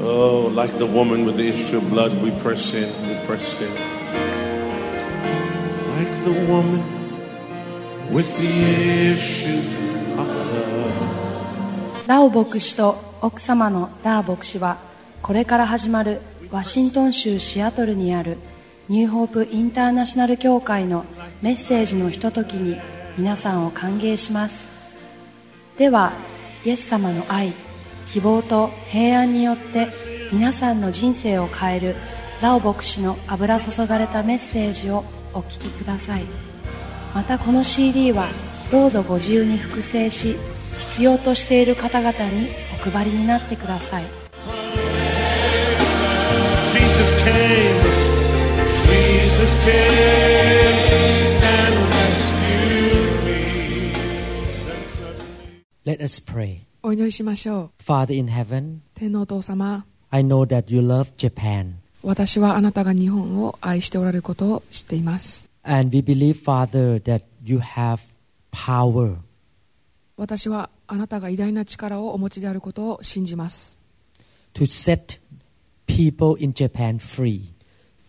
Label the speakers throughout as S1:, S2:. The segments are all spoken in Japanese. S1: Oh, like the woman with the issue of blood, we press in, we press in. Like the woman with the issue of blood.
S2: ラオ牧師と奥様のダー牧師はこれから始まるワシントン州シアトルにあるニューホープインターナショナル協会のメッセージのひとときに皆さんを歓迎しますではイエス様の愛希望と平安によって皆さんの人生を変えるラオ牧師の油注がれたメッセージをお聞きくださいまたこの CD はどうぞご自由に複製し必要としている方々にお配りになってください
S1: Jesus came, Jesus came and rescued me.
S3: Let us pray.
S4: お祈りしましょ
S3: Father in heaven,
S4: う天皇お父様
S3: I know that you love Japan.
S4: 私はあなたが日本を愛しておられることを知っています
S3: And we believe, Father, that you have power.
S4: 私はあなたが偉大な力をお持ちであることを信じます
S3: to set people in Japan free.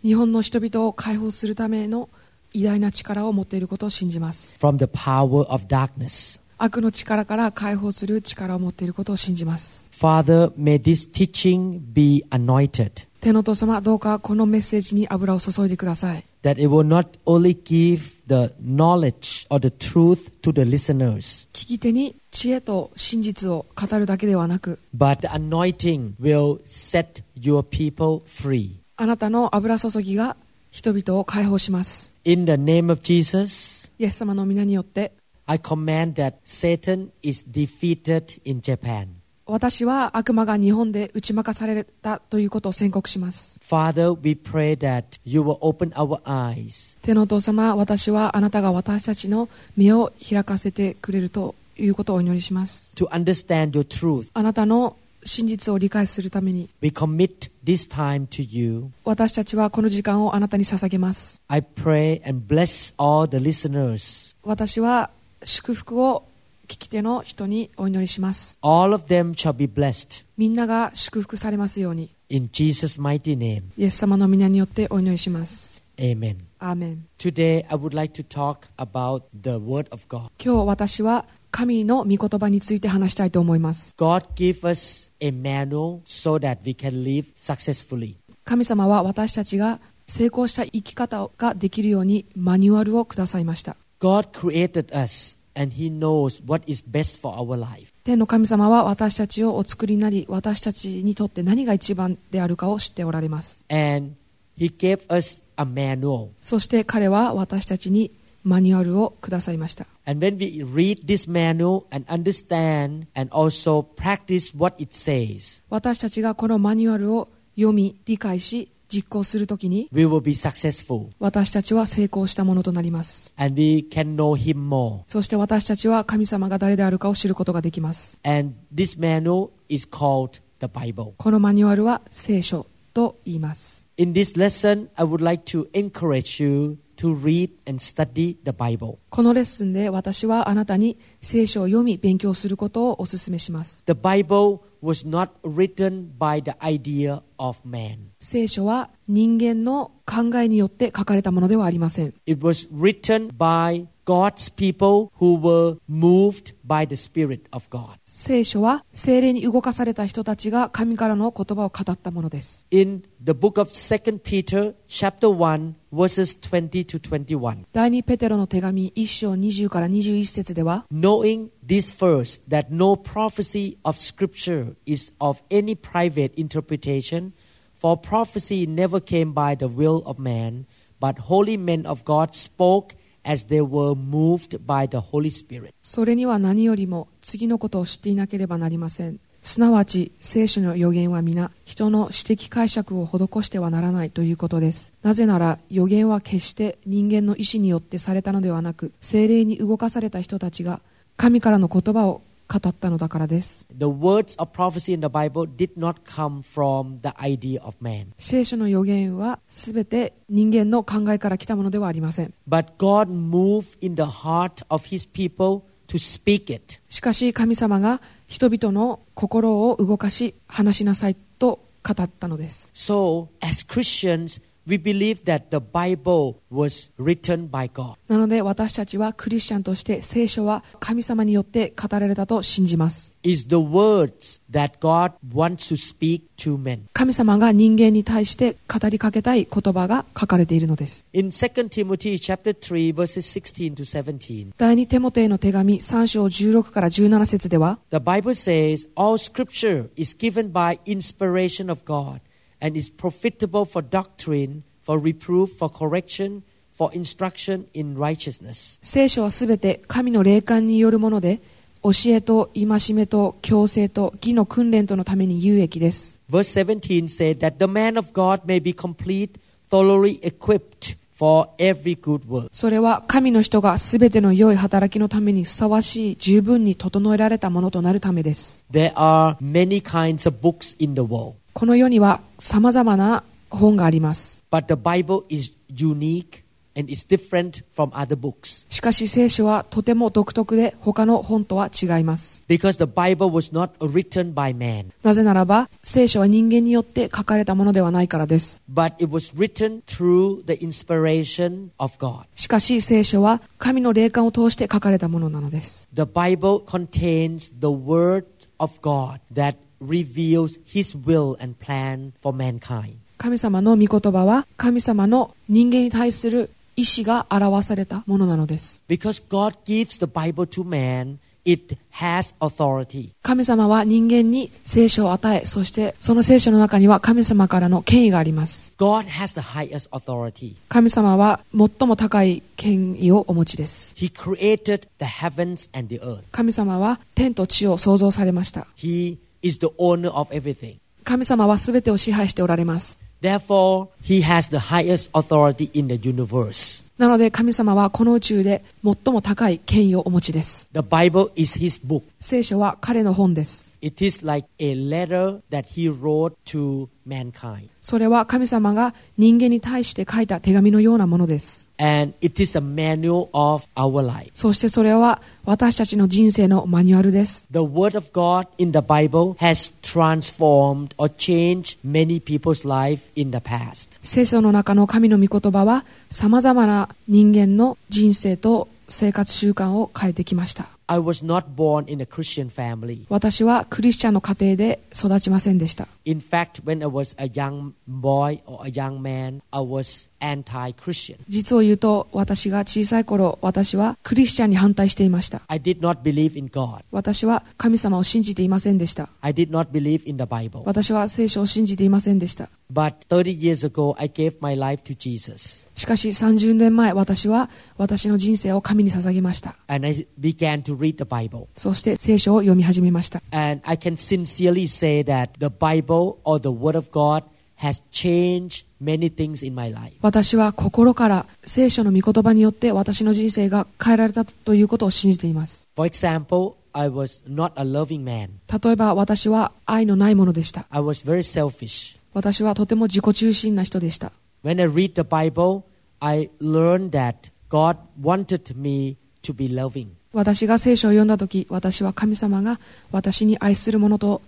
S4: 日本の人々を解放するための偉大な力を持っていることを信じます
S3: from the power of darkness.
S4: 悪の力から解放する力を持っていることを信じます
S3: Father, may this teaching be anointed,
S4: 天皇お父様どうかこのメッセージに油を注いでください
S3: that it will not only give the knowledge or the truth to the listeners,
S4: 聞き手に知恵と真実を語るだけではなく
S3: but the anointing will set your people free.
S4: あなたの油注ぎが人々を解放します
S3: In the name of Jesus,
S4: イエス様の皆によって
S3: I command that Satan is defeated in Japan.
S4: 私は悪魔が日本で打ち負かされたということを宣告します。
S3: Father, we pray that you will open our eyes
S4: 天のお父様、私はあなたが私たちの目を開かせてくれるということをお祈りします。
S3: to understand your truth.
S4: あなたの真実を理解するために、
S3: We commit this time to you.
S4: 私たちはこの時間をあなたに捧げます。
S3: I pray and bless all the listeners.
S4: 私は祝福を聞き手の人にお祈りします。
S3: All of them shall be blessed.
S4: みんなが祝福されますように、
S3: In Jesus' mighty name.
S4: イエス様の皆によってお祈りします。
S3: Amen.
S4: アーメン。
S3: Today, I would like to talk about the Word of God.
S4: 今日私は神の御言葉について話したいと思います。
S3: God give us a manual so that we can live successfully.
S4: 神様は私たちが成功した生き方ができるようにマニュアルをくださいました
S3: God created us and He knows what is best for our life.
S4: 天の神様は私たちをお作りになり私たちにとって何が一番であるかを知っておられます
S3: And He gave us a manual.
S4: そして彼は私たちにマニュアルをくださいました
S3: And when we read this manual and understand and also practice what it says,
S4: 私たちがこのマニュアルを読み理解し実行するときに
S3: we will be successful.
S4: 私たちは成功したものとなります
S3: and we can know him more.
S4: そして私たちは神様が誰であるかを知ることができます
S3: And this manual is called the Bible.
S4: このマニュアルは聖書と言います
S3: In this lesson, I would like to encourage you to read and study the Bible.
S4: このレッスンで私はあなたに聖書を読み勉強することをお勧めします。
S3: The Bible was not written by the idea of man.
S4: 聖書は人間の考えによって書かれたものではありません。
S3: It was written by God's people who were moved by the Spirit of God.
S4: 聖書は精霊に動かされた人たちが神からの言葉を語ったものです。
S3: In the book of 2 Peter, chapter 1, verses 20 to 21.
S4: 第2ペテロの手紙1章20から21節では、
S3: knowing this first that no prophecy of scripture is of any private interpretation for prophecy never came by the will of man but holy men of god spoke as they were moved by the holy spirit
S4: それには何よりも次のことを知っていなければなりません。すなわち聖書の予言は皆人の私的解釈を施してはならないということです。なぜなら予言は決して人間の意思によってされたのではなく精霊に動かされた人たちが神からの言葉を語ったのだからです。
S3: the words of prophecy in the bible did not come from the idea of man
S4: 聖書の予言はすべて人間の考えから来たものではありません。
S3: but god moved in the heart of his people to speak it
S4: しかし神様が人々の心を動かし話しなさいと語ったのです
S3: So, as Christians, we believe that the Bible was written by God.
S4: なので私たちはクリスチャンとして聖書は神様によって語られたと信じます
S3: It's the words that God wants to speak to men.
S4: 神様が人間に対して語りかけたい言葉が書かれているのです
S3: In 2 Timothy chapter 3 verses 16 to 17,
S4: 第2テモテへの手紙3章16から17節では
S3: the Bible says, "All scripture is given by inspiration of God and is profitable for doctrine, for reproof, for correction, for instruction in righteousness."
S4: 聖書はすべて神の霊感によるもので教えと戒めと強制と義の訓練とのために有益です
S3: Verse 17 said that the man of God may be complete, thoroughly equipped for every good work.
S4: それは神の人がすべての良い働きのためにふさわしい十分に整えられたものとなるためです
S3: There are many kinds of books in the world,
S4: この世には様々な本があります
S3: but the Bible is unique and is different from other books
S4: しかし聖書はとても独特で他の本とは違います
S3: because the Bible was not written by man,
S4: なぜならば聖書は人間によって書かれたものではないからです
S3: but it was written through the inspiration of God.
S4: しかし聖書は神の霊感を通して書かれたものなのです
S3: The Bible contains the word of God that reveals his will and plan for mankind.
S4: 神様の御言葉は神様の人間に対する意志が表されたものなのです
S3: Because God gives the Bible to man, it has authority.
S4: 神様は人間に聖書を与えそしてその聖書の中には神様からの権威があります
S3: God has the highest authority.
S4: 神様は最も高い権威をお持ちです
S3: He created the heavens and the earth.
S4: 神様は天と地を創造されました
S3: He is the owner of everything.
S4: 神様は全てを支配しておられます
S3: Therefore, he has the highest authority in the universe.
S4: なので神様はこの宇宙で最も高い権威をお持ちです
S3: The Bible is his book.
S4: 聖書は彼の本です
S3: It is like a letter that he wrote to mankind.
S4: それは神様が人間に対して書いた手紙のようなものです
S3: And it is a manual of our life.
S4: そしてそれは私たちの人生のマニュアルです
S3: The Word of God in the Bible has transformed or changed many people's life in the past.
S4: 聖書の中の神の御言葉はさまざまな人間の人生と生活習慣を変えてきました
S3: I was not born in a Christian family.
S4: 私はクリスチャンの家庭で育ちませんでした
S3: In fact, when I was a young boy or a young man, I was anti Christian.
S4: 実を言うと私が小さい頃私はクリスチャンに反対していました
S3: I did not believe in God.
S4: 私は神様を信じていませんでした
S3: I did not believe in the Bible.
S4: 私は聖書を信じていませんでした
S3: But 30 years ago, I gave my life to Jesus
S4: しかし30年前私は私の人生を神に捧げました
S3: and I began to read the Bible.
S4: そして聖書を読み始めました
S3: And I can sincerely say that the Bible or the Word of God has changed many things in my life.
S4: 私は心から聖書の御言葉によって私の人生が変えられたということを信じています
S3: For example, I was not a loving man.
S4: 例えば私は愛のないものでした
S3: I was very selfish.
S4: 私はとても自己中心な人でした
S3: When I read the Bible, I learned that God wanted me to be loving.
S4: 私が聖書を読んだ時私は神様が私に愛するものと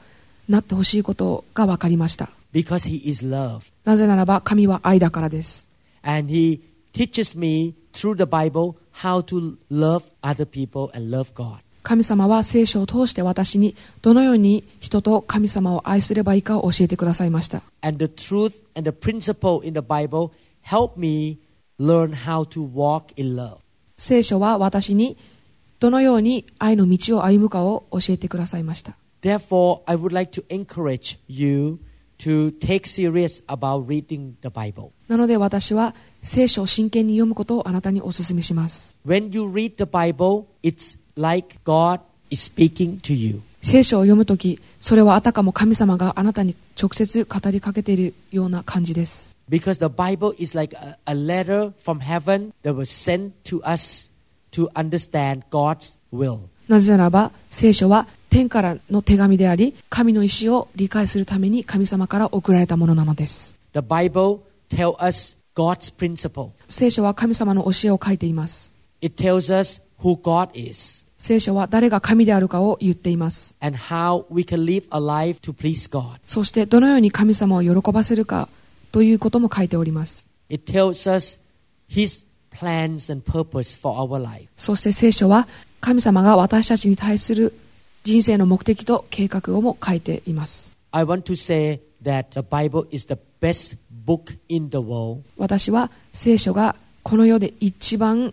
S4: なってほしいことが分かりました
S3: because he is love
S4: なぜならば神は愛だからです
S3: and he teaches me through the bible how to love other people and love god
S4: 神様は聖書を通して私にどのように人と神様を愛すればいいかを教えてくださいました
S3: and the truth and the principle in the bible help me learn how to walk in love
S4: 聖書は私にどのように愛の道を歩むかを教えてくださいました
S3: therefore i would like to encourage you to take serious about reading the bible
S4: なので私は聖書を真剣に読むことをあなたにお勧めします
S3: when you read the bible it's like god is speaking to you
S4: 聖書を読むときそれはあたかも神様があなたに直接語りかけているような感じです
S3: Because the Bible is like a, a letter from heaven that was sent to us to understand God's will.
S4: なぜならば聖書は天からの手紙であり神の意志を理解するために神様から送られたものなのです
S3: The Bible tells us God's principle.
S4: 聖書は神様の教えを書いています
S3: It tells us who God is.
S4: 聖書は誰が神であるかを言っています。
S3: and how we can live a life to please God.
S4: そしてどのように神様を喜ばせるかということも書いております。
S3: It tells us His plans and purpose for our life.
S4: そして聖書は神様が私たちに対する人生の目的と計画をも書いています。
S3: I want to say that the Bible is the best book in the world
S4: 私は聖書がこの世で一番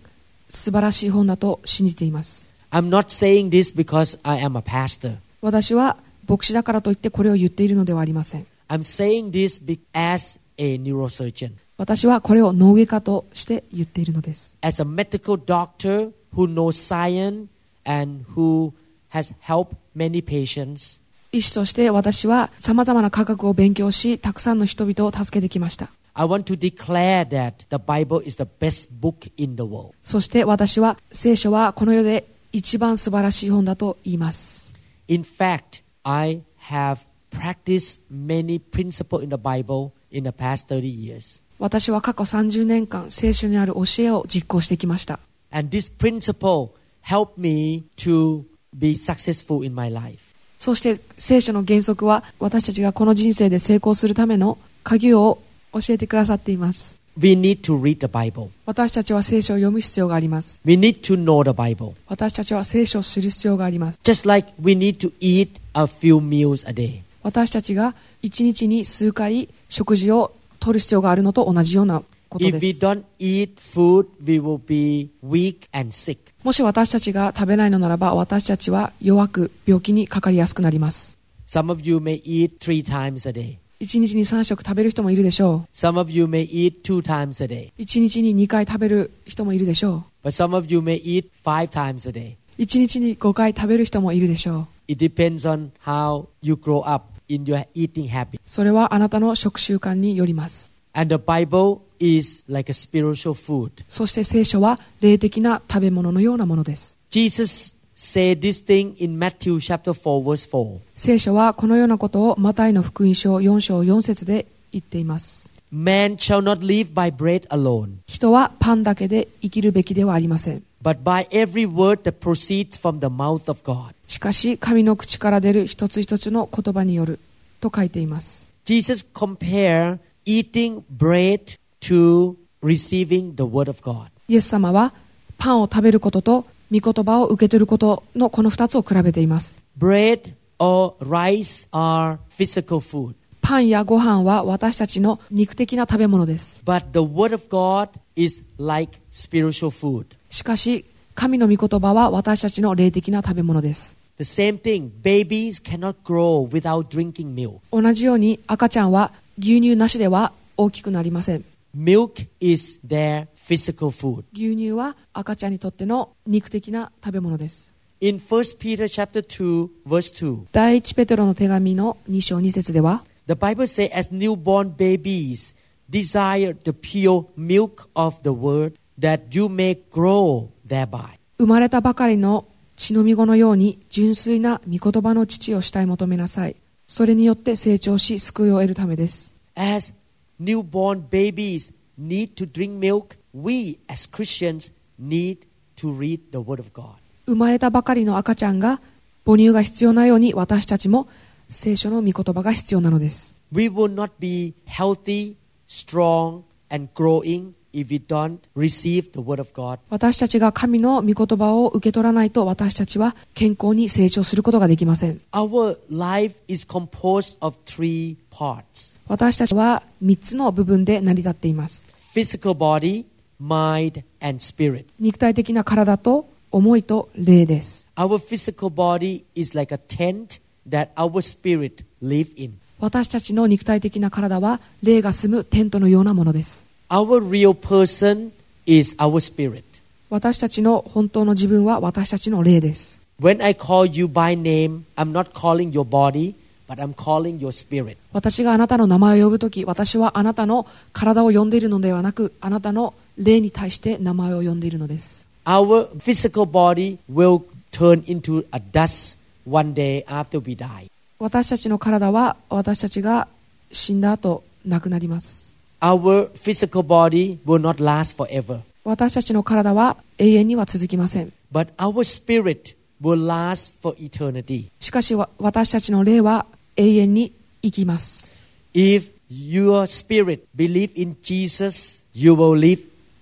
S4: 素晴らしい本だと信じています。
S3: I'm not saying this because I am a pastor.
S4: 私は牧師だからといってこれを言っているのではありません。
S3: I'm saying this be- as a neurosurgeon,
S4: 私はこれを脳外科として言っているのです。
S3: as a medical doctor who knows science and who has helped many patients.
S4: 医師として私は様々な科学を勉強し、たくさんの人々を助けてきました。
S3: I want to declare that the Bible is the best book in the world.
S4: そして私は聖書はこの世で一番素晴らしい本だと言います。
S3: In fact, I have practiced many principles in the Bible in the past 30 years.
S4: 私は過去30年間聖書にある教えを実行してきました。
S3: And this principle helped me to be successful in my life.
S4: そして聖書の原則は私たちがこの人生で成功するための鍵を教えてくださっています。
S3: We need to read the Bible.
S4: 私たちは聖書を読む必要があります。
S3: We need to know the Bible.
S4: 私たちは聖書を知る必要があります。
S3: Just like we need to eat a few meals a day.
S4: 私たちが一日に数回食事を取る必要があるのと同じようなことで
S3: If we
S4: す。
S3: don't eat food, we will be weak and sick.
S4: もし私たちが食べないのならば私たちは弱く病気にかかりやすくなります。
S3: Some of you may eat three times a day.
S4: 一日に3食食べる人もいるでしょ
S3: Some of you may eat two times a day.
S4: う。一日に2回食べる人もいるでしょ
S3: But some of you may eat five times a day.
S4: う。一日に5回食べる人もいるでしょう。
S3: It depends on how you grow up in your eating habit.
S4: それはあなたの食習慣によります。
S3: And the Bible is like a spiritual food.
S4: そして聖書は霊的な食べ物のようなものです。
S3: Jesus said this thing in Matthew chapter 4 verse 4.
S4: 聖書はこのようなことをマタイの福音書4章4節で言っています。
S3: Man shall not live by bread alone,
S4: 人はパンだけで生きるべきではありません。
S3: but by every word that proceeds from the mouth of God.
S4: しかし、神の口から出る一つ一つの言葉によると書いています。
S3: Jesus compared eating bread to receiving the word of God.
S4: イエス様はパンを食べることと御言葉を受け取ることのこの二つを比べています。
S3: Bread or rice are physical food,
S4: パンやご飯は私たちの肉的な食べ物です。
S3: but the word of God is like spiritual food.
S4: しかし、神の御言葉は私たちの霊的な食べ物です。
S3: The same thing, babies cannot grow without drinking milk.
S4: 同じように赤ちゃんは牛乳なしでは大きくなりません。
S3: Milk is their physical food.
S4: 牛乳は赤ちゃんにとっての肉的な食べ物です。
S3: In 1 Peter chapter 2 verse 2,
S4: 第一ペテロの手紙の2章2節では、
S3: the Bible says as newborn babies desire the pure milk of the word that you may grow thereby.
S4: 生まれたばかりの血のみ子のように純粋な御言葉の父を主体求めなさい。それによって成長し救いを得るためです。
S3: As newborn babies need to drink milk, we as Christians need to read the word of God.
S4: 生まれたばかりの赤ちゃんが母乳が必要なように私たちも聖書の御言葉が必要なのです。
S3: We will not be healthy, strong and growing if we don't receive the word of God
S4: 私たちが神の御言葉を受け取らないと私たちは健康に成長することができません。
S3: Our life is composed of three parts
S4: 私たちは3つの部分で成り立っています。
S3: physical body, mind, and spirit.
S4: 肉体的な体と思いと霊です。
S3: Our physical body is like a tent that our spirit live in.
S4: 私たちの肉体的な体は霊が住むテントのようなものです。
S3: Our real person is our spirit.
S4: 私たちの本当の自分は私たちの霊です。
S3: When I call you by name, I'm not calling your body, but I'm calling your spirit.
S4: 私があなたの名前を呼ぶとき、私はあなたの体を呼んでいるのではなく、あなたの霊に対して名前を呼んでいるのです。
S3: Our physical body will turn into a dust one day after we die.
S4: 私たちの体は私たちが死んだ後亡くなります。
S3: Our physical body will not last forever.
S4: 私たちの体は永遠には続きません。
S3: But our spirit will last for eternity.
S4: しかしわ私たちの霊は永遠に生きます。
S3: If your spirit believe in Jesus, you will live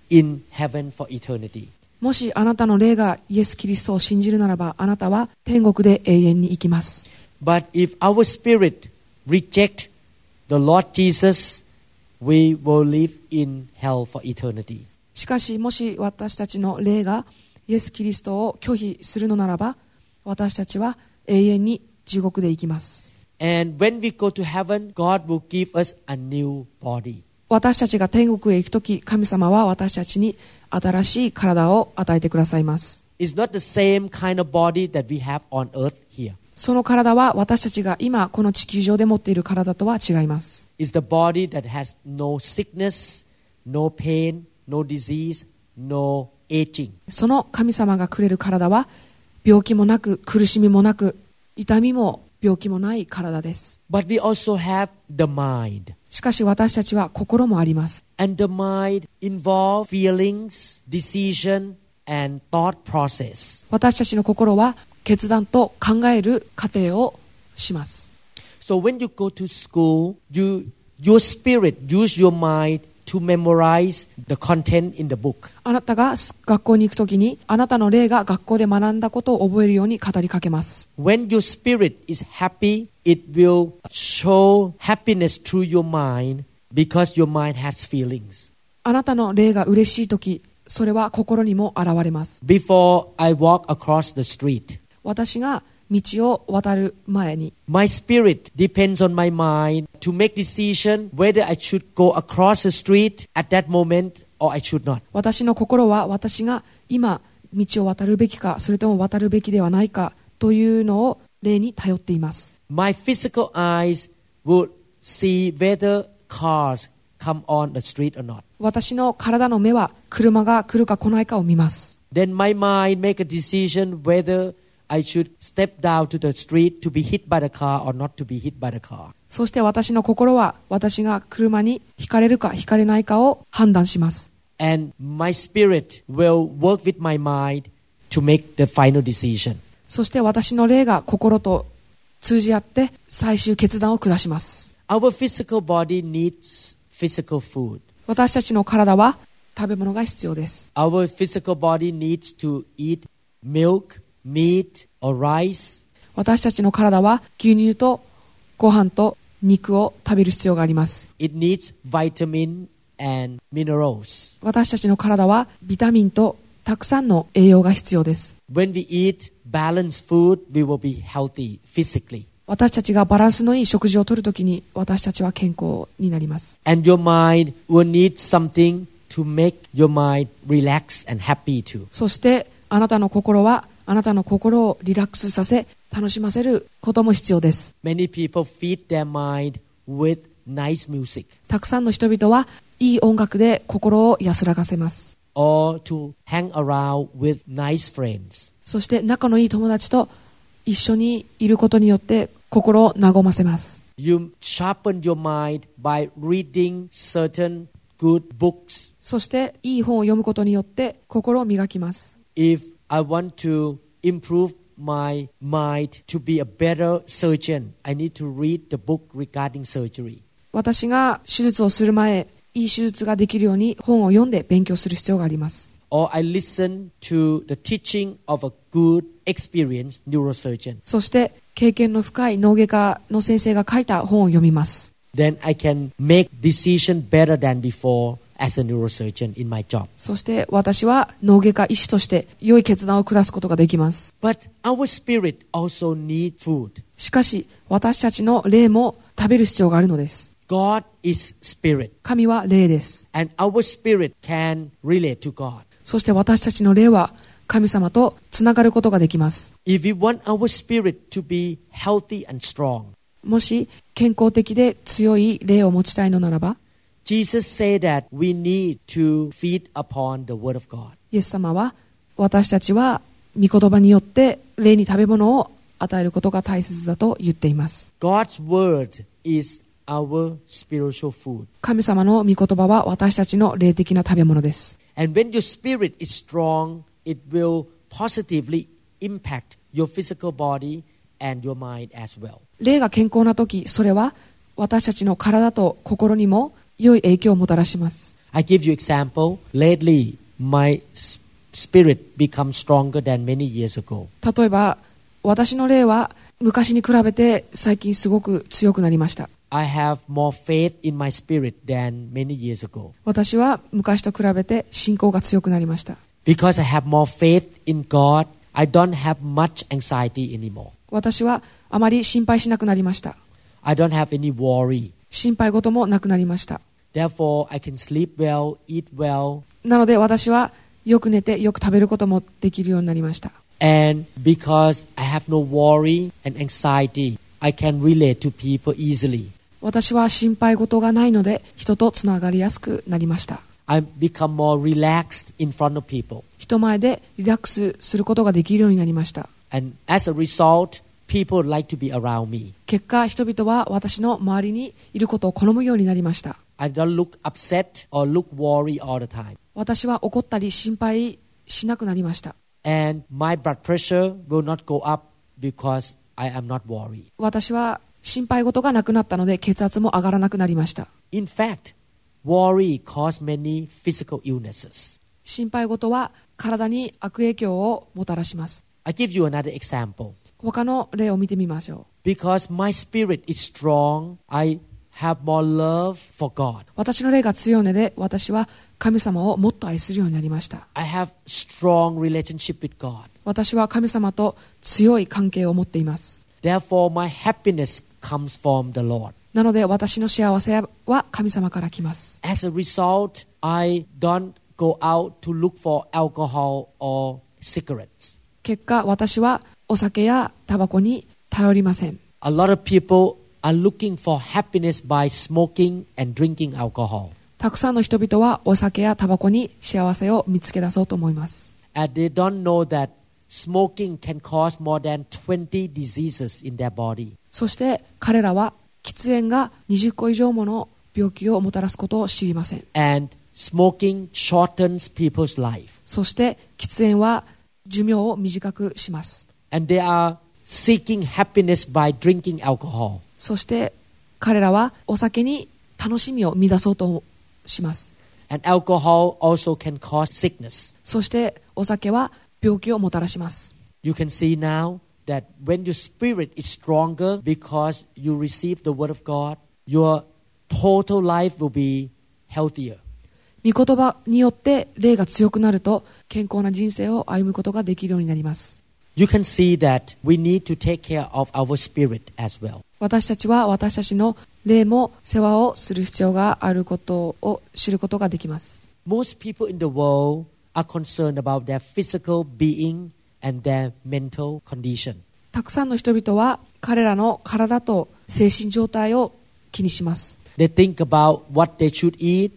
S3: in heaven for eternity.
S4: もしあなたの霊がイエス・キリストを信じるならばあなたは天国で永遠に生きます。
S3: But if our spirit reject the Lord Jesus, we will live in hell for eternity.
S4: しかしもし私たちの霊がイエス・キリストを拒否するのならば私たちは永遠に地獄で生きます。
S3: And when we go to heaven, God will give us a new body.
S4: 私たちが天国へ行くとき神様は私たちに新しい体を与えてくださいます。
S3: It's not the same kind of body that we have on earth here.
S4: その体は私たちが今この地球上で持っている体とは違います。
S3: It's the body that has no sickness, no pain, no disease, no aging.
S4: その神様がくれる体は病気もなく苦しみもなく痛みも病気もない体です。
S3: But we also have the mind.
S4: しかし私たちは心もあります。
S3: And the mind involves feelings, decision, and thought process.
S4: 私たちの心は決断と考える過程をします。
S3: So when you go to school, you, your spirit use your mind to memorize the content in the book.
S4: あなたが学校に行くときにあなたの霊が学校で学んだことを覚えるように語りかけます。
S3: When your spirit is happy, it will show happiness through your mind because your mind has feelings.
S4: あなたの霊が嬉しいとき、それは心にも現れます。
S3: Before I walk across the street,
S4: 私が道を渡る前に
S3: my spirit depends on my mind to make decision whether I should go across the street at that moment or I should not.
S4: 私の心は私が今道を渡るべきかそれとも渡るべきではないかというのを例に頼っています
S3: My physical eyes will see whether cars come on the street or not.
S4: 私の体の目は車が来るか来ないかを見ます
S3: Then my mind make a decision whether I should step down to the street to be hit by the car or not to be hit by the car.
S4: そして私の心は私が車にひかれるかひかれないかを判断します
S3: And my spirit will work with my mind to make the final decision.
S4: そして私の霊が心と通じ合って最終決断を下します
S3: Our physical body needs physical food.
S4: 私たちの体は食べ物が必要です
S3: Our physical body needs to eat milk, meat, or rice.
S4: 私たちの体は牛乳とご飯と肉を食べる必要があります
S3: It needs vitamin and minerals.
S4: 私たちの体はビタミンとたくさんの栄養が必要です。
S3: When we eat balanced food, we will be healthy physically.
S4: 私たちがバランスのいい食事をとるときに私たちは健康になります。
S3: And your mind will need something to make your mind relax and happy too.
S4: そしてあなたの心はあなたの心をリラックスさせ楽しませることも必要です。
S3: Many people feed their mind with nice music
S4: たくさんの人々はいい音楽で心を安らかせます。
S3: or to hang around with nice friends.
S4: そして仲のいい友達と一緒にいることによって心を和ませます。
S3: You sharpen your mind by reading certain good books.
S4: そしていい本を読むことによって心を磨きます。
S3: If I want to improve my mind to be a better surgeon, I need to read the book regarding surgery.
S4: 私が手術をする前いい手術ができるように本を読んで勉強する必要があります
S3: Or I listen to the teaching of a good, experienced neurosurgeon.
S4: そして経験の深い脳外科の先生が書いた本を読みます
S3: Then I can make decision better than before as a neurosurgeon in my job.
S4: そして私は脳外科医師として良い決断を下すことができます
S3: But our spirit also need food.
S4: しかし私たちの霊も食べる必要があるのです
S3: God is spirit.
S4: 神は霊です
S3: and our spirit can relate to God.
S4: そして私たちの霊は神様とつながることができます
S3: If we want our spirit to be healthy and strong,
S4: もし健康的で強い霊を持ちたいのならば
S3: Jesus said that we need to feed upon the Word of God.
S4: イエス様は私たちは御言葉によって霊に食べ物を与えることが大切だと言っています
S3: God's Word is our spiritual food.
S4: 神様の御言葉は私たちの霊的な食べ物です
S3: And when your spirit is strong, it will positively impact your physical body and your mind as well.
S4: 霊が健康な時それは私たちの体と心にも良い影響をもたらします
S3: I give you example. Lately, my s- spirit become stronger than many years ago.
S4: 例えば私の霊は昔に比べて最近すごく強くなりました
S3: I have more faith in my spirit than many years ago
S4: 私は昔と比べて信仰が強くなりました
S3: because I have more faith in God. I don't have much anxiety anymore.
S4: 私はあまり心配しなくなりました
S3: I don't have any worry.
S4: 心配事もなくなりました
S3: Therefore, I can sleep well, eat well,
S4: なので私はよく寝てよく食べることもできるようになりました
S3: and because I have no worry and anxiety, I can relate to people easily.
S4: 私は心配事がないので人とつながりやすくなりました
S3: I become more relaxed in front of people,
S4: 人前でリラックスすることができるようになりました
S3: and as a result, people like to be around me.
S4: 結果人々は私の周りにいることを好むようになりました
S3: I don't look upset or look worried all the time.
S4: 私は怒ったり心配しなくなりました
S3: and my blood pressure will not go up because I am not worried.
S4: 私は心配事がなくなったので血圧も上がらなくなりました
S3: In fact, worry causes many physical illnesses.
S4: 心配事は体に悪影響をもたらします
S3: I give you another example.
S4: 他の例を見てみましょう
S3: Because my spirit is strong, I have more love for God.
S4: 私の霊が強いので私は神様をもっと愛するようになりました
S3: I have strong relationship with God.
S4: 私は神様と強い関係を持っています
S3: Therefore, my happiness comes from the Lord.
S4: なので私の幸せは神様から来ます
S3: As a result, I don't go out to look for alcohol or cigarettes.
S4: 結果私はお酒やタバコに頼りません
S3: A lot of people are looking for happiness by smoking and drinking alcohol.
S4: たくさんの人々はお酒やタバコに幸せを見つけ出そうと思います
S3: And they don't know that smoking can cause more than 20 diseases in their body.
S4: そして彼らは喫煙が20個以上もの病気をもたらすことを知りません
S3: And smoking shortens people's life.
S4: そして喫煙は寿命を短くします
S3: And they are seeking happiness by drinking alcohol.
S4: そして彼らはお酒に楽しみを見出そうとします
S3: And alcohol also can cause sickness.
S4: そしてお酒は病気をもたらします
S3: You can see now that when your spirit is stronger because you receive the Word of God, your total life will be healthier.
S4: 御言葉によって霊が強くなると健康な人生を歩むことができるようになります
S3: You can see that we need to take care of our spirit as well.
S4: 私たちは私たちの霊も世話をする必要があることを知ることができます
S3: Most people in the world are concerned about their physical being and their mental condition.
S4: たくさんの人々は彼らの体と精神状態を気にします
S3: They think about what they should eat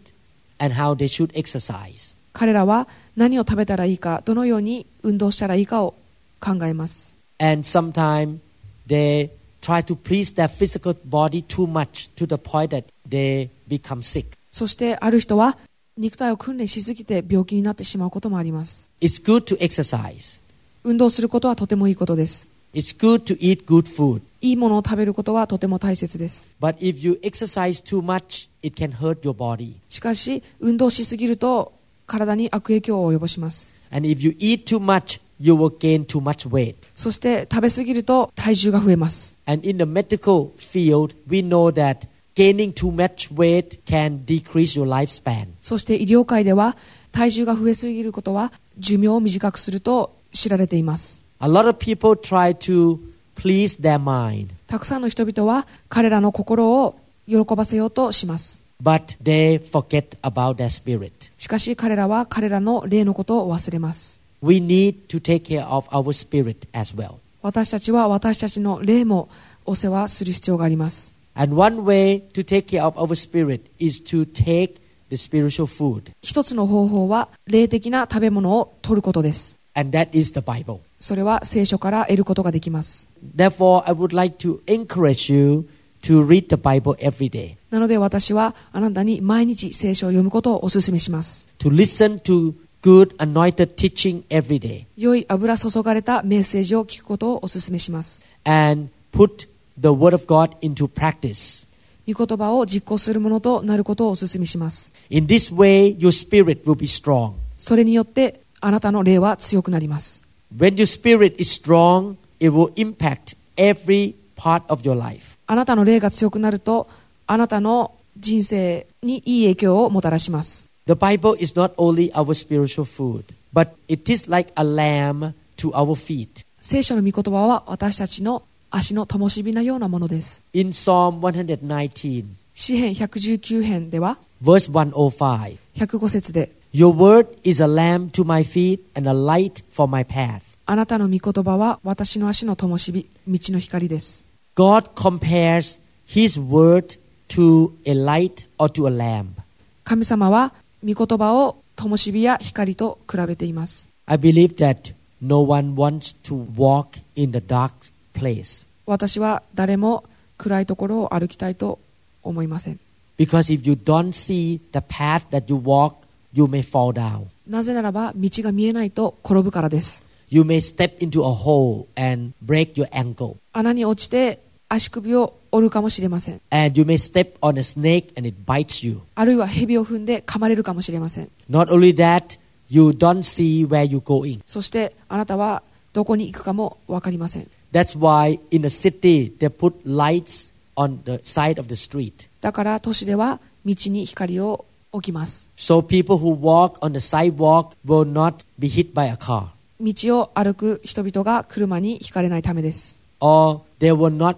S3: and how they should exercise.
S4: 彼らは何を食べたらいいかどのように運動したらいいかを考えます
S3: And sometimes they try to please their physical body too much to the point that they become sick.
S4: そしてある人は肉体を訓練しすぎて病気になってしまうこともあります
S3: It's good to exercise.
S4: 運動することはとてもいいことです
S3: It's good to eat good food.
S4: いいものを食べることはとても大切です
S3: But if you exercise too much, it can hurt your body.
S4: しかし運動しすぎると体に悪影響を及ぼします
S3: And if you eat too much, you will gain too much weight.
S4: そして食べ過ぎると体重が増えます
S3: And in the medical field, we know that gaining too much weight can decrease your lifespan.
S4: そして医療界では体重が増えすぎることは寿命を短くすると知られています
S3: A lot of people try to please their mind,
S4: たくさんの人々は彼らの心を喜ばせようとします
S3: but they forget about their spirit.
S4: しかし彼らは彼らの霊のことを忘れます
S3: We need to take care of our spirit as well.
S4: 私たちは私たちの霊もお世話する必要があります
S3: And one way to take care of our spirit is to take the spiritual food,
S4: 一つの方法は霊的な食べ物を取ることです
S3: and that is the Bible.
S4: それは聖書から得ることができます。
S3: Therefore, I would like to encourage you to read the Bible every day,
S4: なので私はあなたに毎日聖書を読むことをお勧めします。
S3: to listen to good anointed teaching every day
S4: 良い油注がれたメッセージを聞くことをお勧めします
S3: and put the word of God into practice.
S4: 御言葉を実行するものとなることをお勧めします
S3: In this way, your spirit will be strong.
S4: それによってあなたの霊は強くなります
S3: When your spirit is strong, it will impact every part of your life.
S4: あなたの霊が強くなるとあなたの人生にいい影響をもたらします
S3: The Bible is not only our spiritual food, but it is like a lamb to our feet.
S4: 聖書の御言葉は私たちの足の灯火のようなものです
S3: In Psalm 119,
S4: 詩編119編では
S3: verse 105,
S4: 105節で
S3: Your word is a lamp to my feet and a light for my path.
S4: あなたの御言葉は私の足の灯火道の光です
S3: God compares His word to a light or to a lamp.
S4: 神様は御言葉を灯火や光と比べています
S3: I believe that no one wants to walk in the dark place
S4: 私は誰も暗いところを歩きたいと思いません
S3: because if you don't see the path that you walk, you may fall down.
S4: なぜならば道が見えないと転ぶからです
S3: You may step into a hole and break your ankle,
S4: 穴に落ちて足首を折るかもしれません
S3: and you may step on a snake and it bites you.
S4: あるいは蛇を踏んで噛まれるかもしれません
S3: Not only that, you don't see where you're going.
S4: そしてあなたはどこに行くかも分かりません
S3: That's why in a city they put lights on the side of the street.
S4: だから都市では道に光を置きます
S3: So people who walk on the sidewalk will not be hit by a car.
S4: 道を歩く人々が車にひかれないためです
S3: or they will not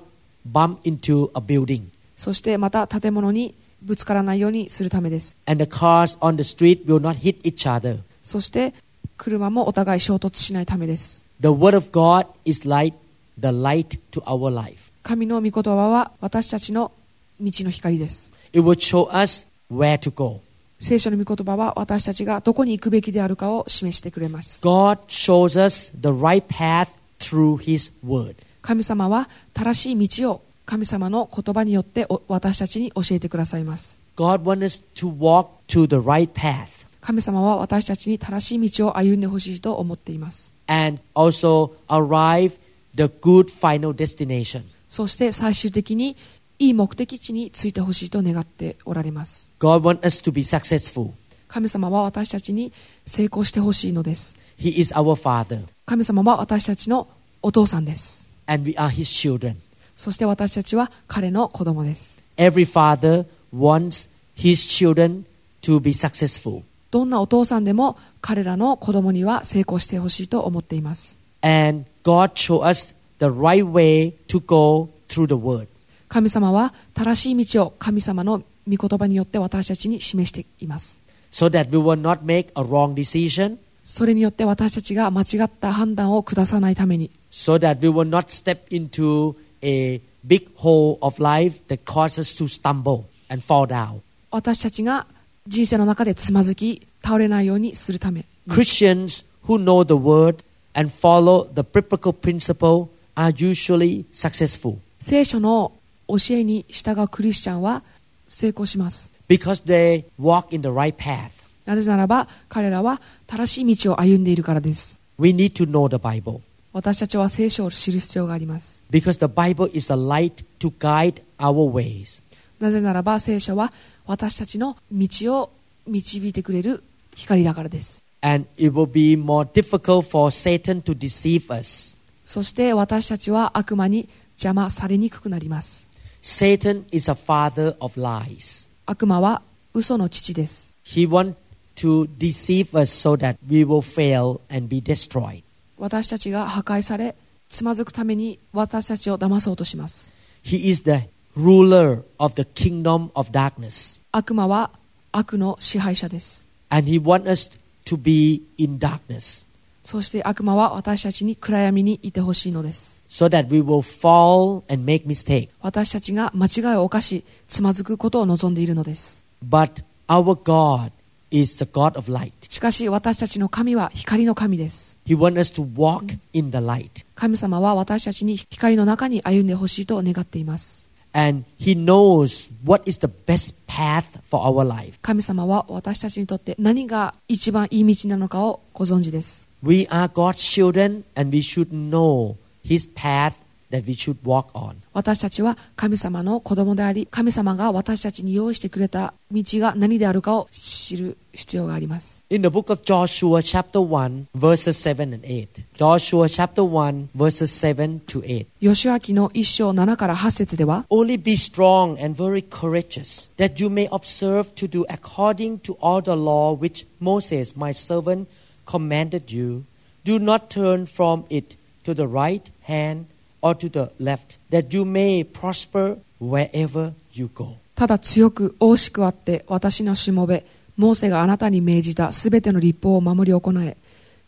S3: bump into a building.
S4: そしてまた建物にぶつからないようにするためです
S3: And the cars on the street will not hit each other.
S4: そして車もお互い衝突しないためです
S3: The Word of God is like the light to our life.
S4: 神の御言葉は私たちの道の光です
S3: It will show us where to go.
S4: 聖書の御言葉は私たちがどこに行くべきであるかを示してくれます
S3: God shows us the right path through His Word.
S4: 神様は正しい道を神様の言葉によってお私たちに教えてくださいます
S3: God wants us to walk to the right path
S4: 神様は私たちに正しい道を歩んでほしいと思っています
S3: and also arrive the good final destination.
S4: そして最終的にいい目的地に着いてほしいと願っておられます
S3: God wants us to be successful.
S4: 神様は私たちに成功してほしいのです
S3: He is our Father
S4: 神様は私たちのお父さんです
S3: and we are His children.
S4: そして私たちは彼の子供です
S3: Every father wants his children to be successful.
S4: どんなお父さんでも彼らの子供には成功してほしいと思っています
S3: And God shows us the right way to go through the word.
S4: 神様は正しい道を神様の御言葉によって私たちに示しています
S3: So that we will not make a wrong decision,
S4: それによって私たちが間違った判断を下さないために
S3: so that we will not step into a big hole of life that causes us to stumble and fall down.
S4: 私たちが人生の中でつまずき倒れないようにするため
S3: Christians who know the word and follow the biblical principle are usually successful
S4: 聖書の教えに従うクリスチャンは成功します
S3: because they walk in the right path.
S4: なぜならば彼らは正しい道を歩んでいるからです
S3: We need to know the Bible.
S4: 私たちは聖書を知る必要があります
S3: Because the Bible is a light to guide our ways.
S4: なぜならば聖書は私たちの道を導いてくれる光だからです
S3: And it will be more difficult for Satan to deceive us.
S4: そして私たちは悪魔に邪魔されにくくなります
S3: Satan is a father of lies.
S4: 悪魔は嘘の父です
S3: He wants to deceive us so that we will fail and be destroyed.
S4: 私たちが破壊されつまずくために私たちを騙そうとします
S3: He is the ruler of the kingdom of darkness.
S4: 悪魔は悪の支配者です
S3: And he wants us to be in darkness
S4: そして悪魔は私たちに暗闇にいてほしいのです
S3: so that we will fall and make mistakes.
S4: 私たちが間違いを犯しつまずくことを望んでいるのです
S3: But our God is the God of light.
S4: しかし私たちの神は光の神です
S3: He wants us to walk in the light.
S4: 神様は私たちに光の中に歩んでほしいと願っています
S3: and He knows what is the best path for our life.
S4: 神様は私たちにとって何が一番いい道なのかをご存知です。
S3: We are God's children and we should know His path that we should walk on.
S4: 私たちは神様の子供であり、神様が私たちに用意してくれた道が何であるかを知る必要があります。
S3: In the book of Joshua, chapter 1, verses 7 and 8. Joshua, chapter 1, verses 7 to 8.
S4: 吉明の一章7から8節では、
S3: Only be strong and very courageous, that you may observe to do according to all the law which Moses, my servant, commanded you. Do not turn from it to the right hand or to the left, that you may prosper wherever you go.
S4: ただ強く惜しくあって私のしもべモーセがあなたに命じたすべての立法を守り行え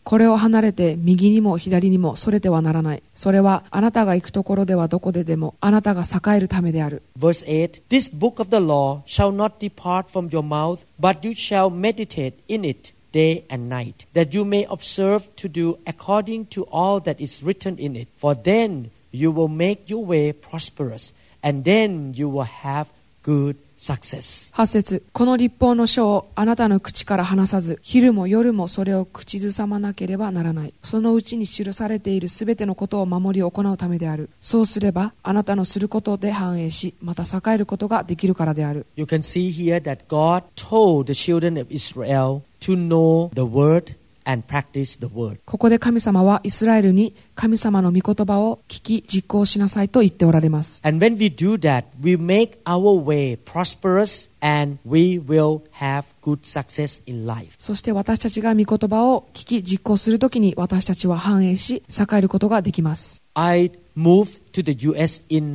S4: これを離れて右にも左にもそれてはならないそれはあなたが行くところではどこででもあなたが栄えるためである
S3: Verse 8 This book of the law shall not depart from your mouth, but you shall meditate in it day and night, that you may observe to do according to all that is written in it. For then you will make your way prosperous, and then you will have good success.
S4: 8節この立法の書をあなたの口から離さず昼も夜もそれを口ずさまなければならないそのうちに記されているすべてのことを守り行うためであるそうすればあなたのすることで繁栄しまた栄えることができるからである
S3: You can see here that God told the children of Israel to know the word and practice the word.
S4: ここで神様はイスラエルに神様の御言葉を聞き実行しなさいと言っておられます。
S3: And when we do that, we make our way prosperous and we will have good success in life.
S4: そして私たちが御言葉を聞き実行するときに私たちは繁栄し栄えることができます。
S3: I moved to the US in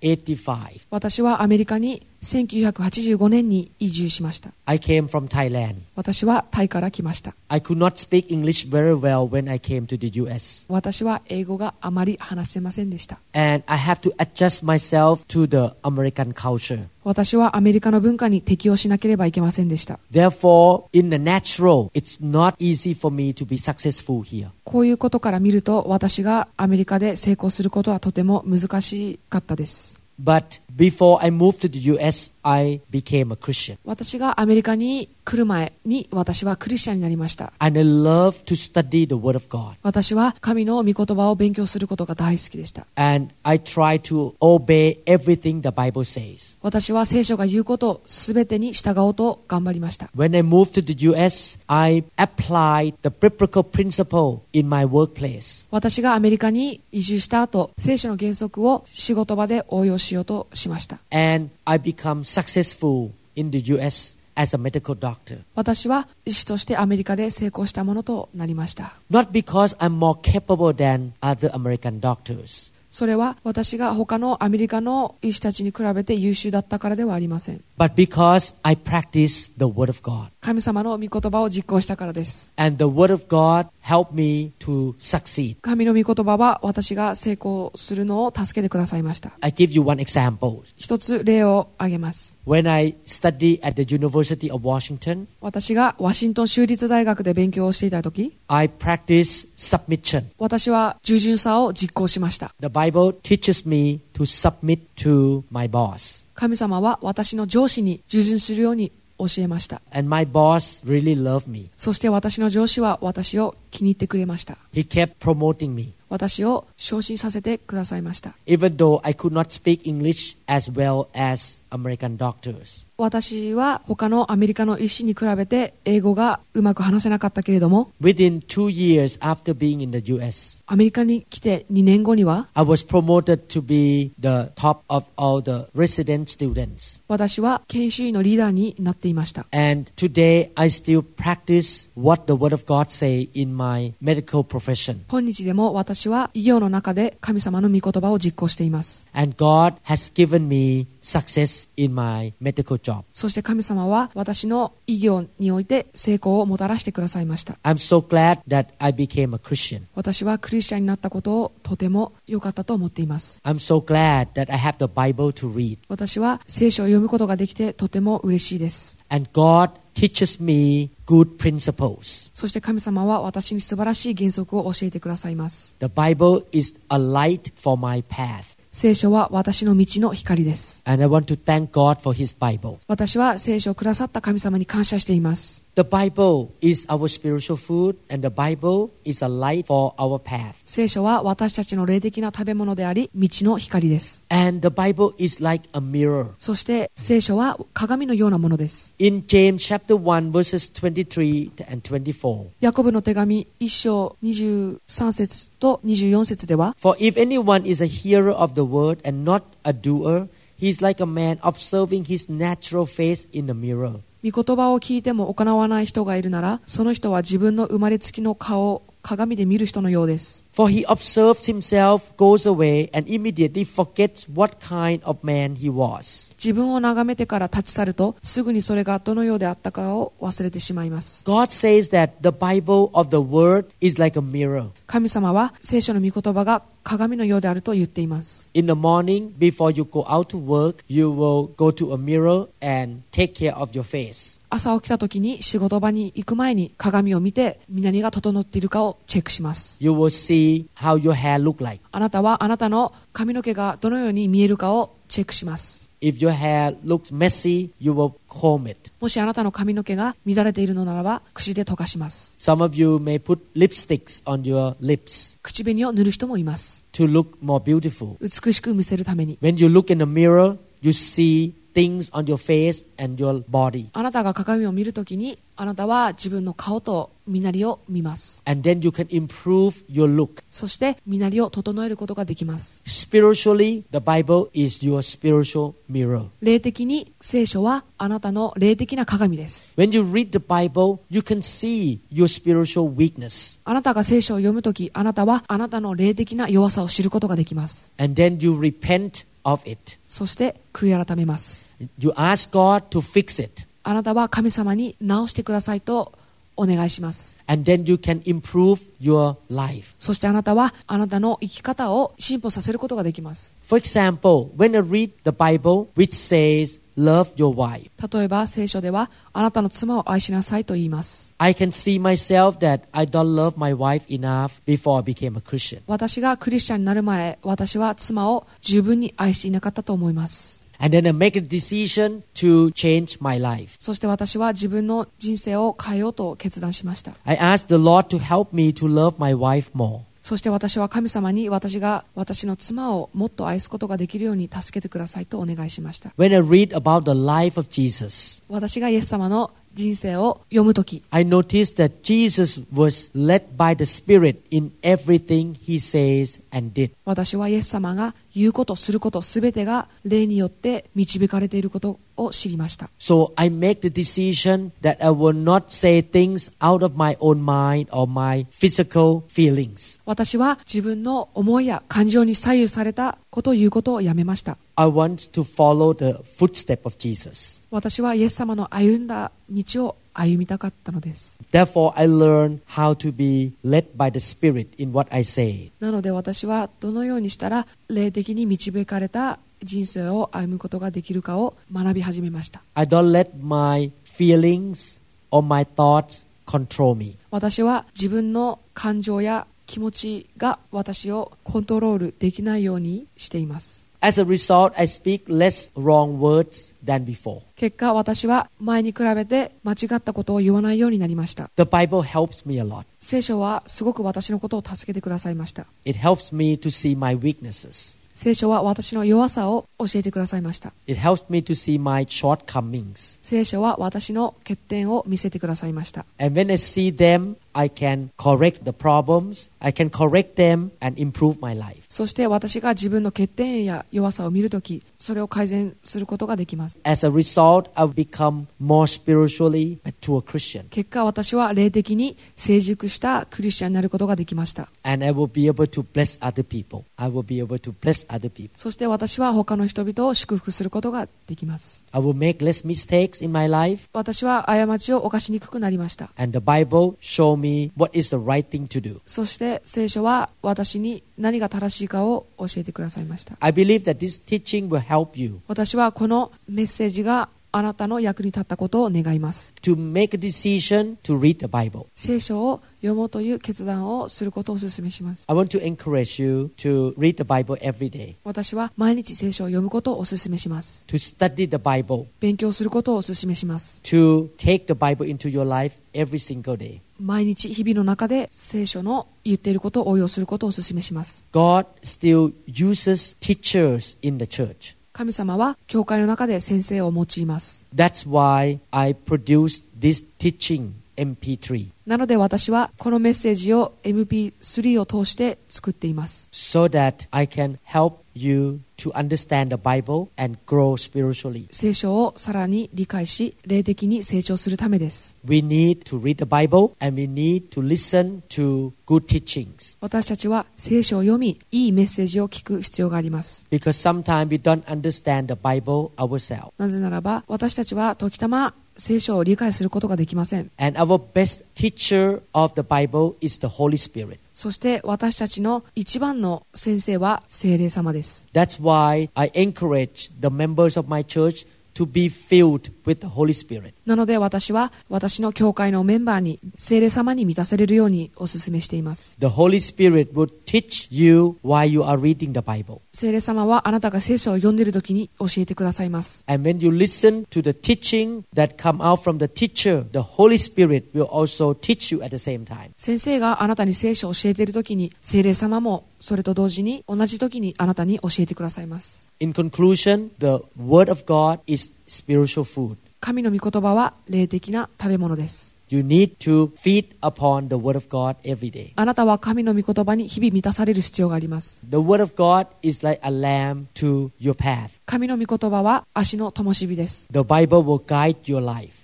S3: 1985.
S4: 私はアメリカに1985年に移住しました。
S3: I came from Thailand.
S4: 私はタイから来ました。
S3: I could not speak English very well when I came to the US.
S4: 私は英語があまり話せませんでした。
S3: And I have to adjust myself to the American culture.
S4: 私はアメリカの文化に適応しなければいけませんでした。
S3: Therefore, in the natural, it's not easy for me to be successful here.
S4: こういうことから見ると私がアメリカで成功することはとても難しかったです。
S3: But before I moved to the US, I became a Christian.
S4: 私がアメリカに来る前に私はクリスチャンになりました
S3: And I love to study the Word of God.
S4: 私は神の御言葉を勉強することが大好きでした
S3: And I try to obey everything the Bible says.
S4: 私は聖書が言うことを全てに従おうと頑張りました
S3: When I moved to the US, I applied the biblical principle in my workplace.
S4: 私がアメリカに移住した後聖書の原則を仕事場で応用しようとしました
S3: And I become successful in the US as a medical doctor.
S4: 私は医師としてアメリカで成功したものとなりました
S3: Not because I'm more capable than other American doctors,
S4: それは私が他のアメリカの医師たちに比べて優秀だったからではありません
S3: but because I practice the Word of God.
S4: 神様の御言葉を実行したからです
S3: And the Word of God helped me to succeed.
S4: 神の御言葉は私が成功するのを助けてくださいました。
S3: I give you one example.
S4: 一つ例を挙げます。
S3: When I studied at the University of Washington,
S4: 私がワシントン州立大学で勉強をしていた時、
S3: I practice submission.
S4: 私は従順さを実行しました。
S3: The Bible teaches me to submit to my boss.
S4: 神様は私の上司に従順するように教えました。
S3: And my boss really loved me.
S4: そして私の上司は私を気に入ってくれました。
S3: He kept promoting me.
S4: 私を昇進させてくださいました。
S3: Even though I could not speak English as well as American doctors.
S4: 私は他のアメリカの医師に比べて英語がうまく話せなかったけれども、
S3: Within two years after being in the US,
S4: アメリカに来て2年後には
S3: I was promoted to be the top of all the resident students.
S4: 私は研修医のリーダーになっていました。
S3: And today I still practice what the Word of God say in my medical profession.
S4: 今日でも私は医業の中で神様の御言葉を実行しています。
S3: And God has given me success in my medical job.
S4: そして神様は私の医業において成功をもたらしてくださいました。
S3: I'm so glad that I became a Christian.
S4: 私はクリスチャンになったことをとても良かったと思っています。
S3: I'm so glad that I have the Bible to read.
S4: 私は聖書を読むことができてとても嬉しいです。
S3: And God teaches me good principles.
S4: そして神様は私に素晴らしい原則を教えてくださいます。
S3: The Bible is a light for my path.
S4: 聖書は私の道の光です。
S3: And I want to thank God for His Bible.
S4: 私は聖書をくださった神様に感謝しています。
S3: The Bible is our spiritual food, and the Bible is a light for our path.
S4: 聖書は私たちの霊的な食べ物であり、道の光です。
S3: And the Bible is like a mirror.
S4: そして聖書は鏡のようなものです。
S3: In James chapter 1, verses 23 and 24,
S4: ヤコブの手紙1章23節と24節では、
S3: For if anyone is a hearer of the word and not a doer, he is like a man observing his natural face in a mirror.
S4: 御言葉を聞いても行わない人がいるなら、その人は自分の生まれつきの顔を鏡で見る人のようです。
S3: For he observes himself, goes away, and immediately forgets what kind of man he was.
S4: 自分を眺めてから立ち去ると、すぐにそれがどのようであったかを忘れてしまいます。
S3: God says that the Bible of the word is like a mirror.
S4: 神様は聖書の御言葉が鏡のようであると言っています。
S3: In the morning, before you go out to work, you will go to a mirror and take care of your face.
S4: 朝起きた時に仕事場に行く前に鏡を見て何が整っているかをチェックします。
S3: You will see how your hair look like.
S4: あなたはあなたの髪の毛がどのように見えるかをチェックします。
S3: If your hair looks messy, you will comb it.
S4: もしあなたの髪の毛が乱れているのならば口で溶かします。
S3: Some of you may put lipsticks on your lips
S4: 口紅を塗る人もいます。
S3: to look more beautiful.
S4: 美しく見せるために。
S3: When you look in the mirror, you see things on your face and your body.
S4: あなたが鏡を見るときにあなたは自分の顔と身なりを見ます。
S3: And then you can improve your look.
S4: そして身なりを整えることができます。
S3: Spiritually, the Bible is your spiritual mirror.
S4: 霊的に聖書はあなたの霊的な鏡です。
S3: When you read the Bible, you can see your spiritual weakness.
S4: あなたが聖書を読むとき、あなたはあなたの霊的な弱さを知ることができます。
S3: And then you repent of it.
S4: そして、悔い改めます。
S3: You ask God to fix it.
S4: あなたは神様に直してくださいとお願いします。
S3: And then you can improve your life.
S4: そしてあなたはあなたの生き方を進歩させることができます。
S3: For example, when I read the Bible which says, Love your wife,
S4: 例えば聖書ではあなたの妻を愛しなさいと言います。
S3: I can see myself that I don't love my wife enough before I became a Christian.
S4: 私がクリスチャンになる前、私は妻を十分に愛していなかったと思います。
S3: And then I make a decision to change my life.
S4: そして私は自分の人生を変えようと決断しました。
S3: I ask the Lord to help me to love my wife more.
S4: そして私は神様に私が私の妻をもっと愛すことができるように助けてくださいとお願いしました。
S3: When I read about the life of Jesus,
S4: 私がイエス様の人生を読むとき、
S3: I notice that Jesus was led by the Spirit in everything he says and did.
S4: 私はイエス様が言うこと、すること、すべてが霊によって導かれていることを知りました。
S3: So I make the decision that I will not say things out of my own mind or my physical feelings.
S4: 私は自分の思いや感情に左右されたことを言うことをやめました。
S3: I want to follow the footstep of Jesus.
S4: 私はイエス様の歩んだ道を歩みたかったのです。
S3: Therefore, I learn how to be led by the Spirit in what I say.
S4: なので私はどのようにしたら霊的に導かれた人生を歩むことができるかを学び始めました
S3: I don't let my feelings or my thoughts control me.
S4: 私は自分の感情や気持ちが私をコントロールできないようにしています
S3: As a result, I speak less wrong words than before.
S4: 結果私は前に比べて間違ったことを言わないようになりました
S3: The Bible helps me a lot.
S4: 聖書はすごく私のことを助けてくださいました
S3: It helps me to see my weaknesses.
S4: 聖書は私の弱さを教えてくださいました
S3: It helps me to see my shortcomings.
S4: 聖書は私の欠点を見せてくださいました
S3: And when I see them, I can correct the problems, I can correct them and improve my life.
S4: そして私が自分の欠点や弱さを見るとき、それを改善することができます。
S3: As a result, I've become more spiritually mature Christian.
S4: 結果、私は霊的に成熟したクリスチャンになることができました。
S3: And I will be able to bless other people. I will be able to bless other people.
S4: そして私は他の人々を祝福することができます。
S3: I will make less mistakes in my life.
S4: 私は過ちを犯しにくくなりました。
S3: And the Bible show me what is the right thing to do.
S4: そして聖書は私に何が正しいかを教えてくださいました。
S3: I believe that this teaching will help you.
S4: 私はこのメッセージがあなたの役に立ったことを願います
S3: to make a decision to read the Bible.
S4: 聖書を読もうという決断をすることをお勧めします
S3: I want to encourage you to read the Bible every day,
S4: 私は毎日聖書を読むことをお勧めします
S3: to study the Bible,
S4: 勉強することをお勧めします
S3: to take the Bible into your life every single day.
S4: 毎日日々の中で聖書の言っていることを応用することをお勧めします
S3: God still uses teachers in the church.
S4: 神様は教会の中で先生を用います
S3: That's why I produced this teaching MP3
S4: なので私はこのメッセージを MP3 を通して作っています
S3: so that I can help you to understand the Bible and grow spiritually.
S4: 聖書をさらに理解し霊的に成長するためです
S3: We need to read the Bible and we need to listen to good teachings
S4: 私たちは聖書を読みいいメッセージを聞く必要があります
S3: because sometimes we don't understand the Bible ourselves.
S4: なぜならば私たちは時たま聖書を理解することができません
S3: And our best teacher of the Bible is the Holy Spirit.
S4: そして私たちの一番の先生は聖霊様です
S3: That's why I encourage the members of my church to be filled with the Holy Spirit.
S4: なので私は私の教会のメンバーに聖霊様に満たされるようにお勧めしています
S3: The Holy Spirit will teach you why you are reading the Bible.
S4: 聖霊様はあなたが聖書を読んでいる時に教えてくださいます
S3: And when you listen to the teaching that come out from the teacher, the Holy Spirit will also teach you at the same time.
S4: 先生があなたに聖書を教えている時に聖霊様もそれと同時に同じ時にあなたに教えてくださいます
S3: In conclusion, the Word of God is spiritual food.
S4: 神の御言葉は霊的な食べ物です
S3: You need to feed upon the Word of God every day.
S4: あなたは神の御言葉に日々満たされる必要があります
S3: The Word of God is like a lamp to your path.
S4: 神の御言葉は足の灯火です
S3: The Bible will guide your life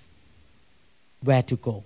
S3: where to go,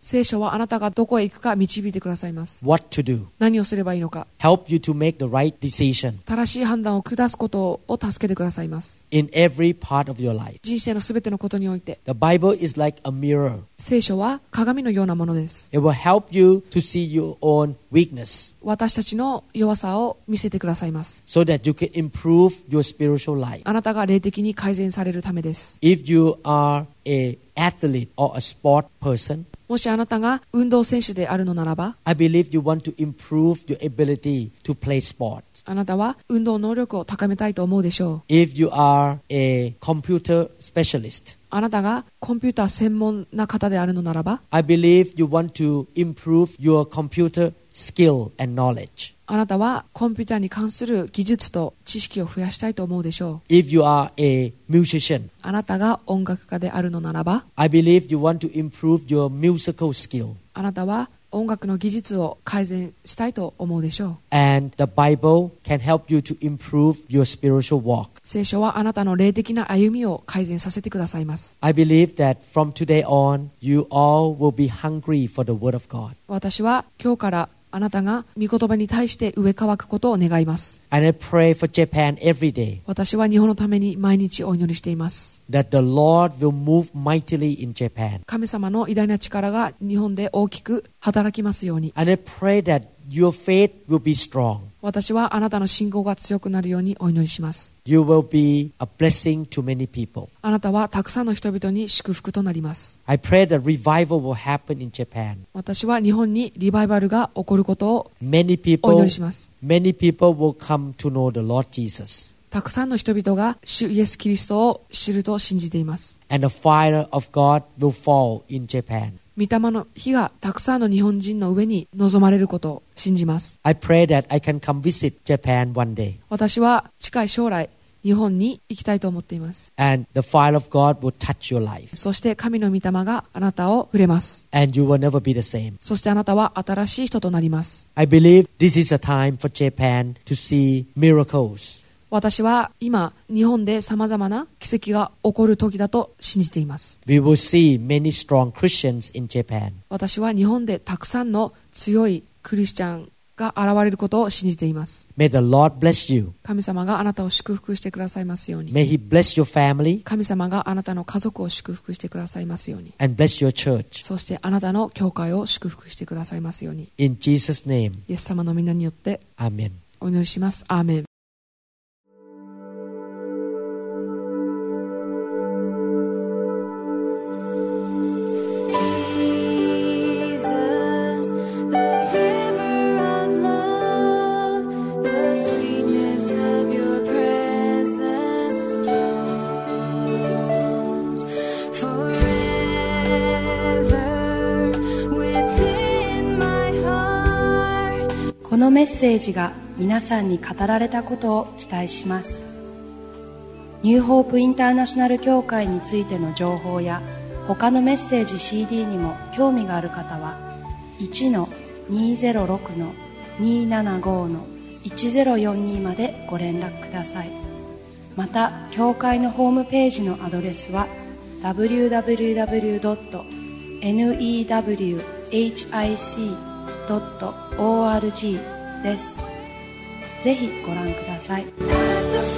S4: 聖書はあなたがどこへ行くか導いてくださいます
S3: what to do,
S4: 何をすればいいのか
S3: help you to make the right decision
S4: 正しい判断を下すことを助けてくださいます
S3: in every part of your life.
S4: 人生のすべてのことにおいて
S3: The Bible is like a mirror.
S4: 聖書は鏡のようなものです
S3: It will help you to see your own weakness
S4: 私たちの弱さを見せてくださいます
S3: so that you can improve your spiritual life.
S4: あなたが霊的に改善されるためです
S3: If you are a athlete or a sport person,
S4: もしあなたが運動選手であるのならば
S3: I believe you want to improve your ability to play sports.
S4: あなたは運動能力を高めたいと思うでしょう
S3: If you are a computer specialist,
S4: あなたがコンピューター専門な方であるのならば
S3: I believe you want to improve your computer skill and knowledge.
S4: あなたはコンピューターに関する技術と知識を増やしたいと思うでしょう
S3: If you are a musician,
S4: あなたが音楽家であるのならば
S3: I believe you want to improve your musical skill.
S4: あなたは音楽の技術を改善したいと思うでしょう
S3: And the Bible can help you to improve your spiritual walk.
S4: 聖書はあなたの霊的な歩みを改善させてくださいます
S3: I believe that from today on, you all will be hungry for the Word of God.
S4: 私は今日からあなたが御言葉に対して植えかわくことを願います
S3: And I pray for Japan every day
S4: 私は日本のために毎日お祈りしています
S3: that the Lord will move mightily in Japan.
S4: 神様の偉大な力が日本で大きく働きますように
S3: And I pray that your faith will be strong.
S4: 私はあなたの信仰が強くなるようにお祈りします
S3: You will be a blessing to many people.
S4: あなたはたくさんの人々に祝福となります
S3: I pray that revival will happen in Japan.
S4: 私は日本にリバイバルが起こることを
S3: Many
S4: お祈
S3: people,
S4: りします
S3: many people will come to know the Lord Jesus.
S4: たくさんの人々が主イエス・キリストを知ると信じています
S3: And the fire of God will fall in Japan.
S4: 御霊の火がたくさんの日本人の上に望まれることを信じます
S3: I pray that I can come visit Japan one day.
S4: 私は近い将来日本に行きたいと思っています
S3: and the fire of God will touch your life,
S4: そして神の御霊があなたを触れます
S3: and you will never be the same.
S4: そしてあなたは新しい人となります
S3: I believe this is a time for Japan to see miracles.
S4: 私は今日本で様々な奇跡が起こる時だと信じています
S3: We will see many strong Christians in Japan.
S4: 私は日本でたくさんの強いクリスチャンが現れることを信じています
S3: May the Lord bless you.
S4: 神様があなたを祝福してくださいますように
S3: May He bless your family
S4: 神様があなたの家族を祝福してくださいますように
S3: and bless your church.
S4: そしてあなたの教会を祝福してくださいますように
S3: In Jesus' name,
S4: イエス様の皆によって
S3: Amen.
S4: お祈りしますアーメン
S5: Thank
S2: メッセージが皆さんに語られたことを期待しますニューホープインターナショナル協会についての情報や他のメッセージ CD にも興味がある方は1-206-275-1042までご連絡くださいまた協会のホームページのアドレスは www.newhic.org ですぜひご覧ください
S5: At the